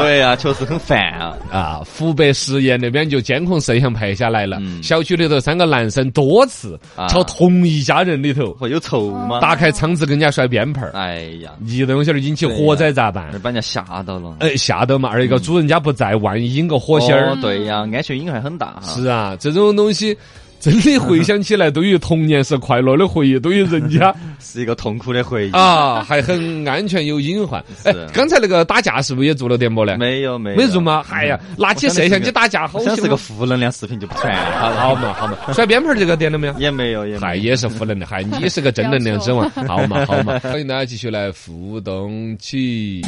[SPEAKER 5] 对呀，确实很烦啊。
[SPEAKER 1] 啊，湖北十堰那边就监控摄像拍下来了，
[SPEAKER 5] 嗯
[SPEAKER 1] 小区里头三个男生多次
[SPEAKER 5] 啊
[SPEAKER 1] 朝同一家人里头
[SPEAKER 5] 会有仇吗？
[SPEAKER 1] 打开窗子跟人家甩鞭炮儿，
[SPEAKER 5] 哎呀，
[SPEAKER 1] 一东西儿引起火灾咋办
[SPEAKER 5] 那？把人家吓到了。
[SPEAKER 1] 哎，吓到嘛！二一个主人家不在，万一引个火星儿
[SPEAKER 5] 哦，对呀，安全隐患很大哈。
[SPEAKER 1] 是啊，这种东西真的回想起来，对于童年是快乐的回忆，对于人家
[SPEAKER 5] 是一个痛苦的回忆。
[SPEAKER 1] 啊还很安全有隐患。哎
[SPEAKER 5] 是，
[SPEAKER 1] 刚才那个打架是不是也做了点播呢？
[SPEAKER 5] 没有没有
[SPEAKER 1] 没做？吗？哎呀，拿起摄像机打架，好
[SPEAKER 5] 好像
[SPEAKER 1] 凶啊
[SPEAKER 5] 是个！负能量视频就不传了，
[SPEAKER 1] 好嘛好 嘛，甩鞭炮这个点了没有？
[SPEAKER 5] 也没有也
[SPEAKER 1] 嗨，
[SPEAKER 5] 没有。
[SPEAKER 1] 也是负能量，嗨，你是个正能量之王，好嘛
[SPEAKER 5] 啊
[SPEAKER 1] 好 嘛，欢迎大家继续来互动起。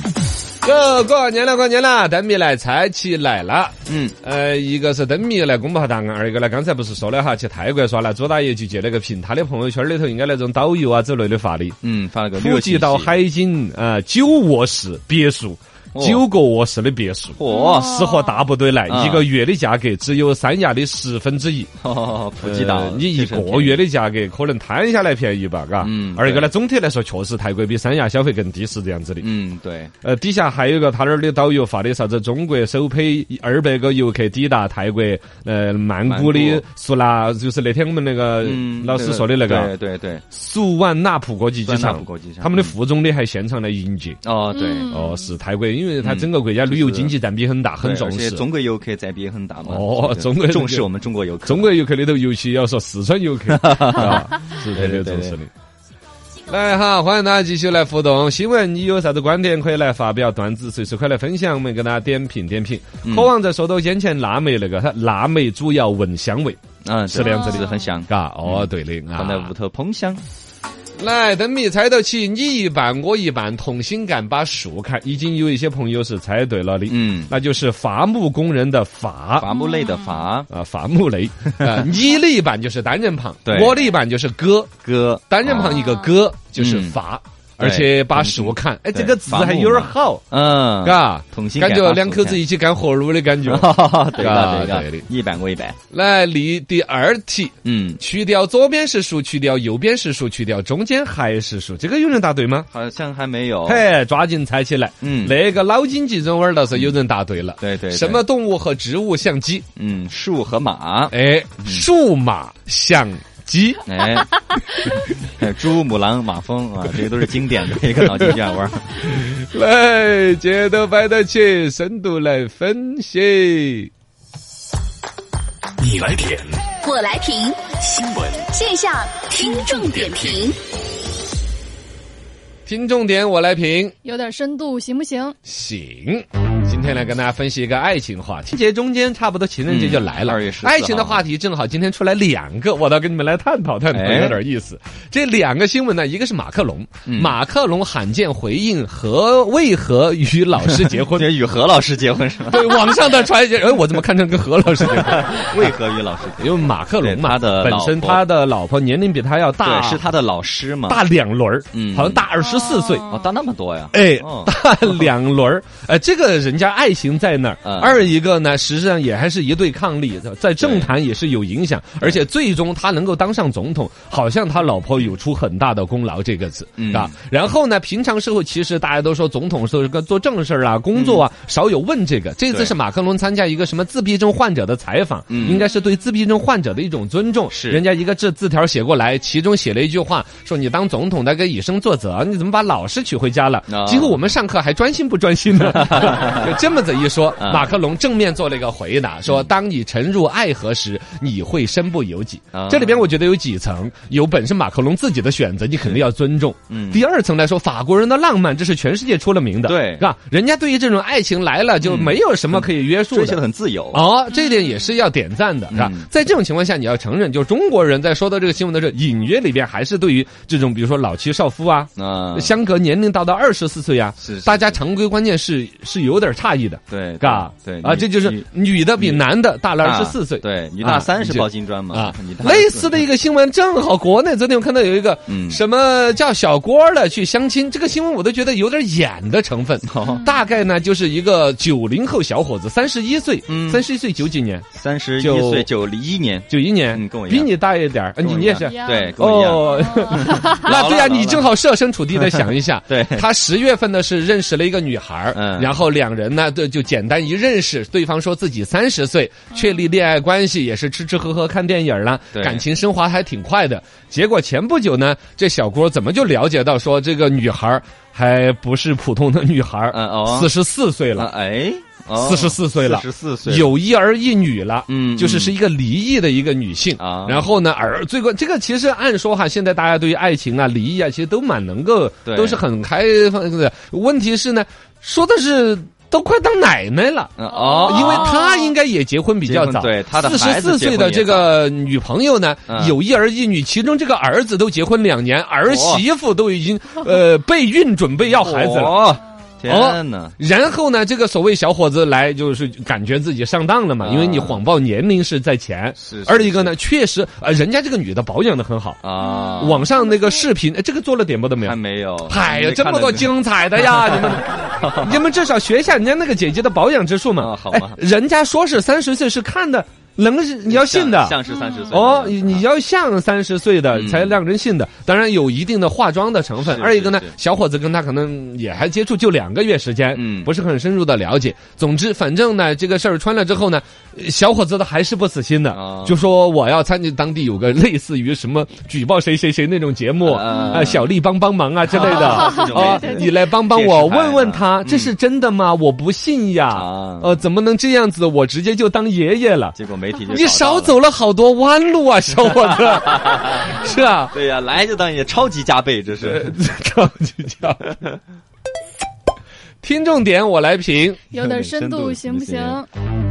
[SPEAKER 1] 哟，过完年了，过完年了，灯谜来猜起来了。
[SPEAKER 5] 嗯，
[SPEAKER 1] 呃，一个是灯谜来公布下答案，二一个呢，刚才不是说了哈，去泰国耍了，朱大爷就截了个屏，他的朋友圈里头应该那种导游啊之类的发的。
[SPEAKER 5] 嗯，发了个
[SPEAKER 1] 普吉岛，海景啊、呃九卧室别墅，
[SPEAKER 5] 哦
[SPEAKER 1] 九个卧室的别墅。
[SPEAKER 5] 嚯，
[SPEAKER 1] 适合大部队来，
[SPEAKER 5] 啊
[SPEAKER 1] 一个月的价格只有三亚的十分之一。
[SPEAKER 5] 哦普吉岛
[SPEAKER 1] 呃，你一个月的价格可能摊下来便宜吧，嘎。
[SPEAKER 5] 嗯
[SPEAKER 1] 二一个呢，总体来说确实泰国比三亚消费更低，是这样子的。
[SPEAKER 5] 嗯，对，
[SPEAKER 1] 呃，底下还有一个他那儿的导游发的啥子中国首批二百个游客抵达泰国呃曼谷
[SPEAKER 5] 曼
[SPEAKER 1] 的
[SPEAKER 5] 谷
[SPEAKER 1] 苏纳，就是那天我们那个
[SPEAKER 5] 嗯，
[SPEAKER 1] 呃老师说的那个
[SPEAKER 5] 对对对，
[SPEAKER 1] 苏万纳普国际机
[SPEAKER 5] 苏万纳
[SPEAKER 1] 场
[SPEAKER 5] 普国际机，场
[SPEAKER 1] 他们的副总理还现场来迎接。
[SPEAKER 5] 哦对，
[SPEAKER 6] 嗯
[SPEAKER 1] 哦，是泰国，因为它整个国家旅游经济占比很大，很
[SPEAKER 5] 对
[SPEAKER 1] 重
[SPEAKER 5] 而且
[SPEAKER 1] 视。
[SPEAKER 5] 中国游客占比也很大嘛。
[SPEAKER 1] 哦
[SPEAKER 5] 是
[SPEAKER 1] 中国游客
[SPEAKER 5] 重视我们中国游客，
[SPEAKER 1] 中国游客里头，尤其要说四川 游客，啊，是特别重视
[SPEAKER 5] 对对
[SPEAKER 1] 的。来哈，欢迎大家继续来互动。新闻你有啥子观点可以来发表，段子随时快来分享，我们给大家点评点评。
[SPEAKER 5] 嗯
[SPEAKER 1] 渴望在说到眼前腊梅那个，它腊梅主要闻香味，
[SPEAKER 5] 嗯，
[SPEAKER 1] 是这样子的
[SPEAKER 5] 是很香，
[SPEAKER 1] 嘎，哦，对的
[SPEAKER 5] 放在
[SPEAKER 1] 啊
[SPEAKER 5] 屋。头烹香。
[SPEAKER 1] 来，灯谜猜得起，你一半我一半，同心干把树砍。已经有一些朋友是猜对了的，
[SPEAKER 5] 嗯，
[SPEAKER 1] 那就是伐木工人的伐。
[SPEAKER 5] 伐木类的伐，
[SPEAKER 1] 啊，伐木雷，啊，你的一半就是单人旁
[SPEAKER 5] 对，啊
[SPEAKER 1] 我的一半就是哥，
[SPEAKER 5] 哥，
[SPEAKER 1] 单人旁一个哥就是
[SPEAKER 5] 嗯
[SPEAKER 1] 伐，而且把树砍，哎，
[SPEAKER 5] 对
[SPEAKER 1] 这个字还有点好，
[SPEAKER 5] 嗯，
[SPEAKER 1] 嘎，
[SPEAKER 5] 同心
[SPEAKER 1] 感
[SPEAKER 5] 改
[SPEAKER 1] 觉
[SPEAKER 5] 发
[SPEAKER 1] 两口子
[SPEAKER 5] 手
[SPEAKER 1] 一起干活路的感 觉。
[SPEAKER 5] 枪， 对的
[SPEAKER 1] 嘎
[SPEAKER 5] 对
[SPEAKER 1] 对
[SPEAKER 5] 的，一半我一半，
[SPEAKER 1] 来，例第二题，
[SPEAKER 5] 嗯，
[SPEAKER 1] 去掉左边是树，去掉右边是树，去掉中间还是树，这个有人答对吗？
[SPEAKER 5] 好像还没有，
[SPEAKER 1] 嘿，抓紧猜起来。
[SPEAKER 5] 哦嗯，
[SPEAKER 1] 那个脑筋急转弯倒是有人答对了。
[SPEAKER 5] 对对，对
[SPEAKER 1] 什么？动物和植物像鸡？
[SPEAKER 5] 嗯，树和马，
[SPEAKER 1] 哎，
[SPEAKER 5] 嗯
[SPEAKER 1] 数码像鸡。
[SPEAKER 5] 哎， 还有猪、母狼、马蜂啊，这些都是经典的一个脑筋急转 弯。
[SPEAKER 1] 来，节奏摆到起，深度来分析。
[SPEAKER 7] 你来点
[SPEAKER 4] 我来评
[SPEAKER 7] 新闻，
[SPEAKER 4] 线下听众点评。
[SPEAKER 1] 听重点，我来评。
[SPEAKER 6] 有点深度行不行？
[SPEAKER 1] 行，今天来跟大家分析一个爱情话题。节中间差不多情人节就来了，
[SPEAKER 5] 嗯嗯2月14号
[SPEAKER 1] 爱情的话题正好今天出来两个，我倒跟你们来探讨探讨，
[SPEAKER 5] 哎
[SPEAKER 1] 有点意思。这两个新闻呢，一个是马克龙，
[SPEAKER 5] 嗯
[SPEAKER 1] 马克龙罕见回应何为何与老师结婚
[SPEAKER 5] 这。与何老师结婚 是吗？
[SPEAKER 1] 对，网上的传言，哎，我怎么看成跟何老师结婚？
[SPEAKER 5] 为何与老师结婚？
[SPEAKER 1] 因为马克龙嘛，
[SPEAKER 5] 对他的
[SPEAKER 1] 本
[SPEAKER 5] 老
[SPEAKER 1] 身
[SPEAKER 5] 婆
[SPEAKER 1] 他的老婆年龄比他要大，
[SPEAKER 5] 对，是他的老师嘛？
[SPEAKER 1] 大两轮儿，
[SPEAKER 5] 嗯
[SPEAKER 1] 好像大二十四岁。
[SPEAKER 5] 哦，大那么多呀？
[SPEAKER 1] 哎
[SPEAKER 5] 哦，
[SPEAKER 1] 大 两轮儿，呃，这个人家爱情在那儿。
[SPEAKER 5] 嗯
[SPEAKER 1] 二一个呢，实际上也还是一对抗力，在政坛也是有影响，而且最终他能够当上总统，好像他老婆有出很大的功劳这个字
[SPEAKER 5] 嗯
[SPEAKER 1] 啊。然后呢，平常社会其实大家都说总统是个做正事儿啊，工作啊少有问这个。这次
[SPEAKER 5] 嗯对
[SPEAKER 1] 是马克龙参加一个什么自闭症患者的采访，
[SPEAKER 5] 嗯
[SPEAKER 1] 应该是对自闭症患者的一种尊重。
[SPEAKER 5] 是
[SPEAKER 1] 人家一个字字条写过来，其中写了一句话，说你当总统的给以身作则，你怎么把老师娶回家了
[SPEAKER 5] 啊？
[SPEAKER 1] 结果我们上课还专心不专心呢？就这么子一说，
[SPEAKER 5] 嗯
[SPEAKER 1] 马克龙正面做了一个回答，说：“当你沉入爱河时，你会身不由己。
[SPEAKER 5] 啊”
[SPEAKER 1] 这里边我觉得有几层，有本身马克龙自己的选择，你肯定要尊重。
[SPEAKER 5] 嗯
[SPEAKER 1] 第二层来说，法国人的浪漫，这是全世界出了名的，
[SPEAKER 5] 对
[SPEAKER 1] 是吧？人家对于这种爱情来了就没有什么可以约束
[SPEAKER 5] 嗯追求
[SPEAKER 1] 的
[SPEAKER 5] 的。很自由。
[SPEAKER 1] 哦，这一点也是要点赞的，是吧
[SPEAKER 5] 嗯？
[SPEAKER 1] 在这种情况下，你要承认，就中国人在说到这个新闻的时候，隐约里边还是对于这种，比如说老妻少夫啊，
[SPEAKER 5] 啊，
[SPEAKER 1] 相隔年龄达到二十四岁呀、
[SPEAKER 5] 是是
[SPEAKER 1] 大家常规观念是是有点诧异的，
[SPEAKER 5] 对
[SPEAKER 1] 嘎，
[SPEAKER 5] 对
[SPEAKER 1] 啊，
[SPEAKER 5] 女
[SPEAKER 1] 这就是
[SPEAKER 5] 女
[SPEAKER 1] 女的比男的大了
[SPEAKER 5] 大
[SPEAKER 1] 二十四岁，啊
[SPEAKER 5] 对，女大三
[SPEAKER 1] 你
[SPEAKER 5] 是
[SPEAKER 1] 就
[SPEAKER 5] 抱金砖嘛，
[SPEAKER 1] 啊
[SPEAKER 5] 女，大
[SPEAKER 1] 类似 的一个新闻，正好国内昨天我看到有一个
[SPEAKER 5] 嗯
[SPEAKER 1] 什么叫小郭儿的去相亲，这个新闻我都觉得有点演的成 分。
[SPEAKER 5] 哦
[SPEAKER 1] 大概呢，就是一个九零后小伙子，三十一岁，
[SPEAKER 5] 嗯
[SPEAKER 1] 三十一岁九几年，
[SPEAKER 5] 三十一
[SPEAKER 1] 就
[SPEAKER 5] 岁九一年，
[SPEAKER 1] 九一年，
[SPEAKER 5] 嗯跟我一
[SPEAKER 1] 比
[SPEAKER 5] 样
[SPEAKER 1] 你大一点儿，呃
[SPEAKER 5] 跟
[SPEAKER 1] 你
[SPEAKER 5] 我
[SPEAKER 1] 你
[SPEAKER 5] 一
[SPEAKER 1] 也
[SPEAKER 5] 样
[SPEAKER 1] 是，
[SPEAKER 6] 样
[SPEAKER 5] 对，跟我一样，
[SPEAKER 1] 哦， 那对呀、你正好设身处地的想一下，
[SPEAKER 5] 对
[SPEAKER 1] 他十月份呢是认识了一个女孩儿，
[SPEAKER 5] 嗯
[SPEAKER 1] 然后两人呢对就简单一认识，对方说自己三十岁，确立恋爱关系，也是吃吃喝喝看电影了，
[SPEAKER 5] 对
[SPEAKER 1] 感情升华还挺快的。结果前不久呢，这小郭怎么就了解到说这个女孩儿还不是普通的女孩儿
[SPEAKER 5] 嗯哦，
[SPEAKER 1] 四十四岁了
[SPEAKER 5] 啊，。哎，
[SPEAKER 1] 44岁了
[SPEAKER 5] 四十四岁了，
[SPEAKER 1] 有一儿一女了，
[SPEAKER 5] 嗯
[SPEAKER 1] 就是
[SPEAKER 5] 嗯
[SPEAKER 1] 是一个离异的一个女性
[SPEAKER 5] 啊
[SPEAKER 1] 然后呢，而最关这个其实按说哈，现在大家对于爱情啊、离异啊，其实都蛮能够，
[SPEAKER 5] 对
[SPEAKER 1] 都是很开放的。问题是呢，说的是都快当奶奶了。
[SPEAKER 5] 嗯哦，
[SPEAKER 1] 因为她应该也结婚比较
[SPEAKER 5] 结
[SPEAKER 1] 早，
[SPEAKER 5] 婚对她的
[SPEAKER 1] 四十
[SPEAKER 5] 孩
[SPEAKER 1] 四
[SPEAKER 5] 子结
[SPEAKER 1] 岁
[SPEAKER 5] 婚
[SPEAKER 1] 的
[SPEAKER 5] 也
[SPEAKER 1] 这个女朋友呢，
[SPEAKER 5] 嗯
[SPEAKER 1] 有一儿一女，其中这个儿子都结婚两年，儿媳妇都已经呃备孕准备要孩子了。
[SPEAKER 5] 哦，天哪，
[SPEAKER 1] 然后呢，这个所谓小伙子来，就是感觉自己上当了嘛，因为你谎报年龄是在前，
[SPEAKER 5] 啊是是
[SPEAKER 1] 二一个呢，确实啊、呃人家这个女的保养的很好，
[SPEAKER 5] 啊，
[SPEAKER 1] 网上那个视频，哎这个做了点播都没有
[SPEAKER 5] 还。没有，
[SPEAKER 1] 哎呀
[SPEAKER 5] 没，
[SPEAKER 1] 这
[SPEAKER 5] 看
[SPEAKER 1] 么
[SPEAKER 5] 到
[SPEAKER 1] 多
[SPEAKER 5] 这个
[SPEAKER 1] 精彩的呀！你们， 你们至少学一下人家那个姐姐的保养之术嘛
[SPEAKER 5] 啊。好
[SPEAKER 1] 哎
[SPEAKER 5] 嘛，
[SPEAKER 1] 人家说是三十岁是看的，能是你要信的
[SPEAKER 5] 像，像是啊三十岁
[SPEAKER 1] 哦，
[SPEAKER 5] 的
[SPEAKER 1] 你
[SPEAKER 5] 样子
[SPEAKER 1] 你
[SPEAKER 5] 啊
[SPEAKER 1] 要像三十岁的
[SPEAKER 5] 嗯
[SPEAKER 1] 才让人信的，当然有一定的化妆的成分。
[SPEAKER 5] 是
[SPEAKER 1] 二一个呢
[SPEAKER 5] 是是，
[SPEAKER 1] 小伙子跟他可能也还接触就两个月时间，
[SPEAKER 5] 嗯
[SPEAKER 1] 不是很深入的了解。总之，反正呢，这个事儿穿了之后呢，呃小伙子他还是不死心的，
[SPEAKER 5] 哦
[SPEAKER 1] 就说我要参加当地有个类似于什么举报谁谁谁那种节目，
[SPEAKER 5] 啊
[SPEAKER 1] 啊，小丽帮帮忙啊之类的，
[SPEAKER 5] 啊这种
[SPEAKER 1] 啊
[SPEAKER 5] 类似，的
[SPEAKER 1] 你来帮帮我，
[SPEAKER 5] 电视台啊
[SPEAKER 1] 问问他这是真的吗？我不信呀，
[SPEAKER 5] 啊，
[SPEAKER 1] 呃，怎么能这样子？我直接就当爷爷了。
[SPEAKER 5] 结果媒体就
[SPEAKER 1] 你
[SPEAKER 5] 找到
[SPEAKER 1] 少
[SPEAKER 5] 了。
[SPEAKER 1] 走了好多弯路 啊，小伙子，是啊，
[SPEAKER 5] 对呀、来就当也超级加倍，这 是。
[SPEAKER 1] 呃高级教。听重点，我来评。
[SPEAKER 6] 有点深度行不行？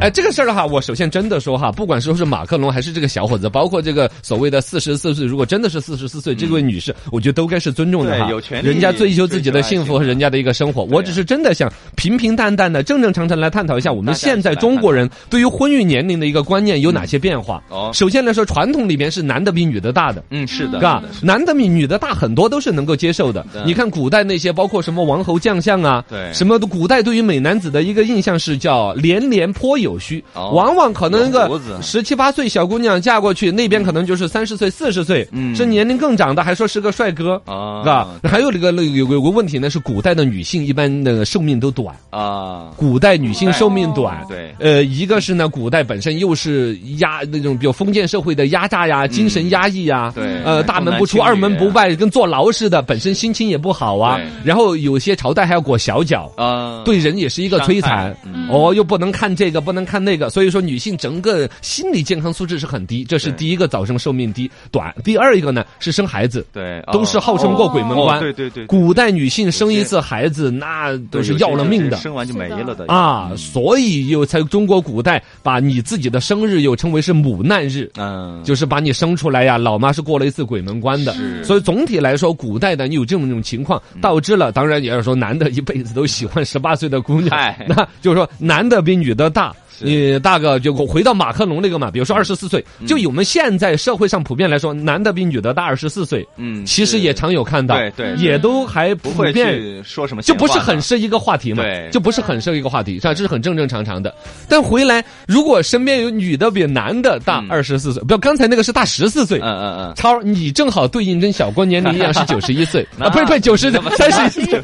[SPEAKER 1] 哎，这个事儿哈，我首先真的说哈，不管说是马克龙还是这个小伙子，包括这个所谓的四十四岁，如果真的是四十四岁，这位女士，我觉得都该是尊重的哈，
[SPEAKER 5] 嗯对有权利
[SPEAKER 1] 人家追求自己的
[SPEAKER 5] 追求爱情啊
[SPEAKER 1] 幸福和人家的一个生活。我只是真的想平平淡淡的、正正常常来探讨一下我们
[SPEAKER 5] 大家
[SPEAKER 1] 现在
[SPEAKER 5] 一起来
[SPEAKER 1] 中国
[SPEAKER 5] 探讨
[SPEAKER 1] 人对于婚育年龄的一个观念有哪些变化。
[SPEAKER 5] 嗯哦
[SPEAKER 1] 首先来说，传统里边是男的比女的大的。
[SPEAKER 5] 嗯，是的，
[SPEAKER 1] 嘎
[SPEAKER 5] 是的，
[SPEAKER 1] 男的比女的大很多都是能够接受的
[SPEAKER 5] 对。
[SPEAKER 1] 你看古代那些，包括什么王侯将相啊，
[SPEAKER 5] 对
[SPEAKER 1] 什么的古代对于美男子的一个印象是叫连连颇有须，
[SPEAKER 5] 哦
[SPEAKER 1] 往往可能一
[SPEAKER 5] 有
[SPEAKER 1] 个
[SPEAKER 5] 胡子
[SPEAKER 1] 十七八岁小姑娘嫁过去，那边可能就是三十岁、四十岁，
[SPEAKER 5] 嗯
[SPEAKER 1] 甚至年龄更长的还说是个帅哥。
[SPEAKER 5] 啊
[SPEAKER 1] 啊，还有这个有有个问题呢，是古代的女性一般的寿命都短，
[SPEAKER 5] 啊，
[SPEAKER 1] 古代女性寿命短，
[SPEAKER 5] 对，
[SPEAKER 1] 呃，一个是呢，古代本身又是压那种比较封建社会的压榨呀、精神压抑呀，
[SPEAKER 5] 嗯对
[SPEAKER 1] 呃，大门不出二门不迈，跟坐牢似的，本身心情也不好啊
[SPEAKER 5] 对。
[SPEAKER 1] 然后有些朝代还要裹小脚，
[SPEAKER 5] 啊，
[SPEAKER 1] 对人也是一个摧残
[SPEAKER 5] 伤害。嗯
[SPEAKER 1] 哦，又不能看这个，不能看那个，所以说女性整个心理健康素质是很低，这是
[SPEAKER 5] 对
[SPEAKER 1] 第一个早生寿命低短。第二一个呢是生孩子，
[SPEAKER 5] 对，
[SPEAKER 1] 都是号称过鬼门关。
[SPEAKER 5] 哦对对对对
[SPEAKER 1] 古代女性生一次孩子那都是要了命的。
[SPEAKER 5] 生完就没了的
[SPEAKER 1] 啊，所以又在中国古代把你自己的生日又称为是母难日。
[SPEAKER 5] 嗯，
[SPEAKER 1] 就是把你生出来呀，老妈是过了一次鬼门关的，
[SPEAKER 5] 是嗯
[SPEAKER 1] 所以总体来说，古代呢有这种情况，导致了当然也是说男的一辈子都喜欢十八岁的姑娘
[SPEAKER 5] 嗨，
[SPEAKER 1] 那就是说男的比女的大，
[SPEAKER 5] 是嗯
[SPEAKER 1] 你大个就回到马克龙那个嘛，比如说二十四岁，就我们现在社会上普遍来说，男的比女的大二十四岁，
[SPEAKER 5] 嗯
[SPEAKER 1] 其实
[SPEAKER 5] 是
[SPEAKER 1] 也常有看到，
[SPEAKER 5] 对对
[SPEAKER 1] 也都还普
[SPEAKER 5] 不会
[SPEAKER 1] 遍
[SPEAKER 5] 去说什么
[SPEAKER 1] 就
[SPEAKER 5] 闲话
[SPEAKER 1] 不
[SPEAKER 5] 的，
[SPEAKER 1] 是很是一个话题嘛，
[SPEAKER 5] 对
[SPEAKER 1] 就不是很是一个话题，是吧？这是很正正常常的。但回来，如果身边有女的比男的大
[SPEAKER 5] 嗯
[SPEAKER 1] 二十四岁，不要刚才那个是大十四岁
[SPEAKER 5] 嗯，嗯嗯，
[SPEAKER 1] 超儿你正好对应跟小郭年龄一样是九十一岁啊，
[SPEAKER 5] 那
[SPEAKER 1] 不是不是九十三十一岁。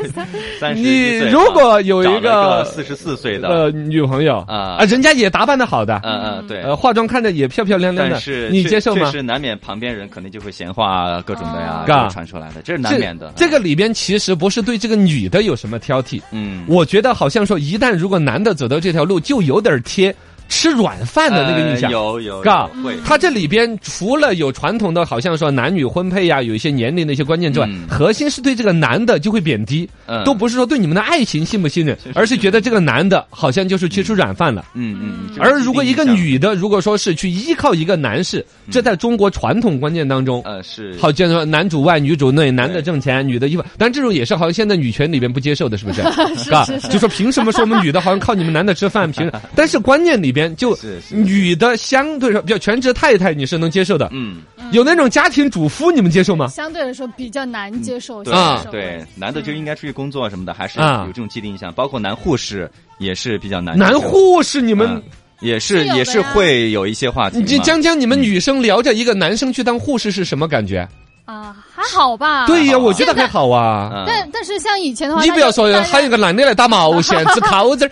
[SPEAKER 5] 三十
[SPEAKER 1] 你
[SPEAKER 5] 一岁啊
[SPEAKER 1] 如果有
[SPEAKER 5] 找了
[SPEAKER 1] 一
[SPEAKER 5] 一个
[SPEAKER 1] 个
[SPEAKER 5] 四十四岁的
[SPEAKER 1] 呃女朋友
[SPEAKER 5] 啊
[SPEAKER 1] 人家也打扮的好的，
[SPEAKER 5] 嗯嗯，对。
[SPEAKER 1] 呃，化妆看着也漂漂亮亮
[SPEAKER 5] 但
[SPEAKER 1] 的
[SPEAKER 5] 是，
[SPEAKER 1] 你
[SPEAKER 5] 确
[SPEAKER 1] 接受吗
[SPEAKER 5] 确？实难免旁边人肯定就会闲话啊各种的呀，
[SPEAKER 1] 嘎
[SPEAKER 5] 就传出来的，这是
[SPEAKER 1] 这
[SPEAKER 5] 难免的。
[SPEAKER 1] 这个里边其实不是对这个女的有什么挑剔，
[SPEAKER 5] 嗯，
[SPEAKER 1] 我觉得好像说，一旦如果男的走到这条路，就有点贴吃软饭的那个印象。
[SPEAKER 5] 呃有有
[SPEAKER 1] 嘎
[SPEAKER 5] 有会
[SPEAKER 1] 它这里边除了有传统的，好像说男女婚配啊呀、有一些年龄的一些观念之外，
[SPEAKER 5] 嗯
[SPEAKER 1] 核心是对这个男的就会贬低，
[SPEAKER 5] 嗯
[SPEAKER 1] 都不是说对你们的爱情信不信任，而是觉得这个男的好像就是去吃软饭了。
[SPEAKER 5] 嗯嗯嗯。
[SPEAKER 1] 而如果一个
[SPEAKER 5] 这是
[SPEAKER 1] 女的，如果说是去依靠一个男士，
[SPEAKER 5] 嗯
[SPEAKER 1] 这在中国传统观念当中
[SPEAKER 5] 定，义上呃是
[SPEAKER 1] 好像说男主外女主内，男的
[SPEAKER 5] 对
[SPEAKER 1] 挣钱，女的衣服，但这种也是好像现在女权里边不接受的，是不是？是吧？
[SPEAKER 6] 是是
[SPEAKER 1] 就说凭什么说我们女的好像靠你们男的吃饭？凭什么？但是观念里边就是
[SPEAKER 5] 是
[SPEAKER 1] 女的相对说比较全职太太，你是能接受的。
[SPEAKER 5] 嗯
[SPEAKER 1] 有那种家庭主妇，你们接受吗？
[SPEAKER 6] 相对来说比较难接受
[SPEAKER 5] 对
[SPEAKER 6] 现实社会。
[SPEAKER 5] 对，男的就应该出去工作什么的，还是
[SPEAKER 1] 啊
[SPEAKER 5] 有这种既定印象。包括男护士也是比较难接受，
[SPEAKER 1] 男护士，你
[SPEAKER 5] 你
[SPEAKER 1] 们
[SPEAKER 5] 也是
[SPEAKER 6] 是有的
[SPEAKER 5] 也是
[SPEAKER 6] 呀
[SPEAKER 5] 会有一些话题嘛。
[SPEAKER 1] 你这将将你们女生聊着一个男生去当护士是什么感觉？
[SPEAKER 6] 啊，还好吧。
[SPEAKER 1] 对呀，
[SPEAKER 5] 好啊
[SPEAKER 1] 我觉得还好啊。
[SPEAKER 5] 嗯
[SPEAKER 6] 但但是像以前的话，
[SPEAKER 1] 你不要说
[SPEAKER 6] 大家
[SPEAKER 1] 喊一个男的来打毛线，只靠这儿，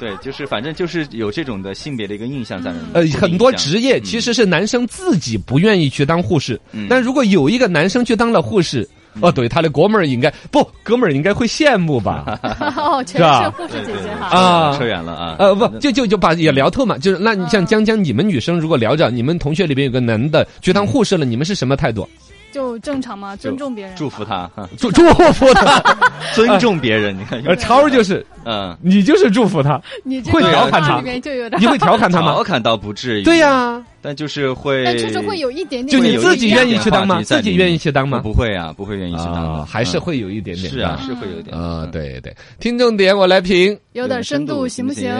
[SPEAKER 5] 对，就是反正就是有这种的性别的一个印象在那里。
[SPEAKER 1] 呃
[SPEAKER 5] 固定，印
[SPEAKER 1] 很多
[SPEAKER 5] 象
[SPEAKER 1] 职业其实是男生自己不愿意去当护士，
[SPEAKER 5] 嗯
[SPEAKER 1] 但如果有一个男生去当了护士，哦，对，他的哥们儿应该不，哥们儿应该会羡慕吧？
[SPEAKER 6] 哦，全
[SPEAKER 1] 吧
[SPEAKER 6] 是护士姐姐哈。
[SPEAKER 1] 啊
[SPEAKER 5] 扯远了啊。
[SPEAKER 1] 呃，不，就就就把也聊透嘛，就是那你像江江，你们女生如果聊着，你们同学里边有个男的去当护士了，你们是什么态度？
[SPEAKER 6] 就正常嘛，尊重别人。
[SPEAKER 5] 祝福他， 哈
[SPEAKER 1] 祝祝福他，
[SPEAKER 5] 尊重别人。你看，
[SPEAKER 1] 呃，超儿就是
[SPEAKER 5] 嗯，
[SPEAKER 1] 你就是祝福他，
[SPEAKER 6] 你这
[SPEAKER 1] 会
[SPEAKER 6] 个
[SPEAKER 5] 调
[SPEAKER 6] 话
[SPEAKER 1] 侃他
[SPEAKER 6] 里面就有点
[SPEAKER 1] 你，会调侃他吗
[SPEAKER 5] 调？侃倒不至于。
[SPEAKER 1] 对，呀，
[SPEAKER 5] 但就是会，
[SPEAKER 6] 但确实会有一点
[SPEAKER 1] 就
[SPEAKER 6] 点。
[SPEAKER 1] 你自己愿意去当吗？
[SPEAKER 5] 有一点
[SPEAKER 1] 自
[SPEAKER 5] 话题在里面
[SPEAKER 1] 己愿意去当
[SPEAKER 5] 我
[SPEAKER 1] 吗？
[SPEAKER 5] 不会啊，不会愿意去当的，
[SPEAKER 1] 嗯还是
[SPEAKER 5] 嗯
[SPEAKER 1] 会有一点点
[SPEAKER 5] 是
[SPEAKER 1] 的
[SPEAKER 5] 啊，是会有一点
[SPEAKER 1] 啊，对对，听重点，我来评。
[SPEAKER 6] 有点深度行不行？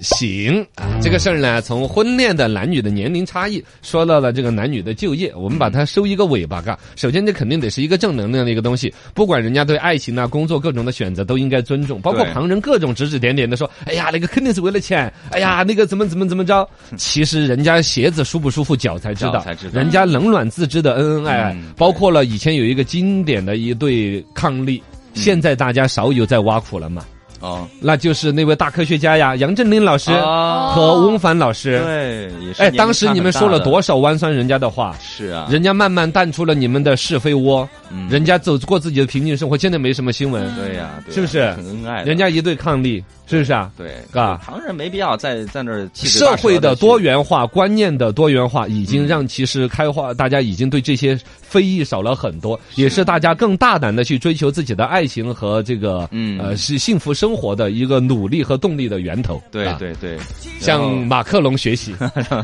[SPEAKER 1] 行啊，这个事儿呢，从婚恋的男女的年龄差异说到了这个男女的就业，我们把它收一个尾巴嘎。首先，这肯定得是一个正能量的一个东西，不管人家对爱情啊、工作各种的选择都应该尊重，包括
[SPEAKER 5] 对
[SPEAKER 1] 旁人各种指指点点的说，哎呀，那个肯定是为了钱，哎呀，那个怎么怎么怎么着。其实人家鞋子舒不舒服，脚才知道，
[SPEAKER 5] 嗯脚才知道
[SPEAKER 1] 人家冷暖自知的恩恩爱爱，
[SPEAKER 5] 嗯
[SPEAKER 1] 包括了以前有一个经典的一对伉
[SPEAKER 5] 嗯
[SPEAKER 1] 俪，现在大家少有在挖苦了嘛。
[SPEAKER 5] 哦，
[SPEAKER 1] 那就是那位大科学家呀，杨振宁老师
[SPEAKER 5] 啊，
[SPEAKER 1] 和翁帆老师。
[SPEAKER 5] 对，也是。
[SPEAKER 1] 哎，当时你们说了多
[SPEAKER 5] 少？
[SPEAKER 1] 少弯酸人家的话，
[SPEAKER 5] 是啊，
[SPEAKER 1] 人家慢慢淡出了你们的是非窝，
[SPEAKER 5] 嗯
[SPEAKER 1] 人家走过自己的平静生活，现在没什么新闻，
[SPEAKER 5] 对呀，对呀
[SPEAKER 1] 是不是
[SPEAKER 5] 很恩爱的？
[SPEAKER 1] 人家一对伉俪，是不是啊？
[SPEAKER 5] 对，
[SPEAKER 1] 嘎
[SPEAKER 5] 旁人没必要在在那儿七嘴八
[SPEAKER 1] 社
[SPEAKER 5] 舌
[SPEAKER 1] 会的
[SPEAKER 5] 地去
[SPEAKER 1] 多元化、观念的多元化，已经
[SPEAKER 5] 嗯
[SPEAKER 1] 让其实开化，大家已经对这些非议少了很多，也是大家更大胆的去追求自己的爱情和这个
[SPEAKER 5] 嗯
[SPEAKER 1] 呃是幸福生活的一个努力和动力的源头。
[SPEAKER 5] 对
[SPEAKER 1] 啊，
[SPEAKER 5] 对对，然
[SPEAKER 1] 向
[SPEAKER 5] 后
[SPEAKER 1] 马克龙学 习。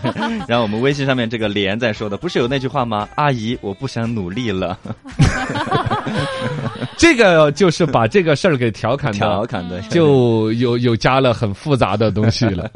[SPEAKER 5] 然后我们微信上面这个莲在说的，不是有那句话吗？阿姨，我不想努力了，
[SPEAKER 1] 这个就是 把这个事儿给调侃
[SPEAKER 5] 调
[SPEAKER 1] 到，
[SPEAKER 5] 侃的，
[SPEAKER 1] 就有有加了很复杂的东西了。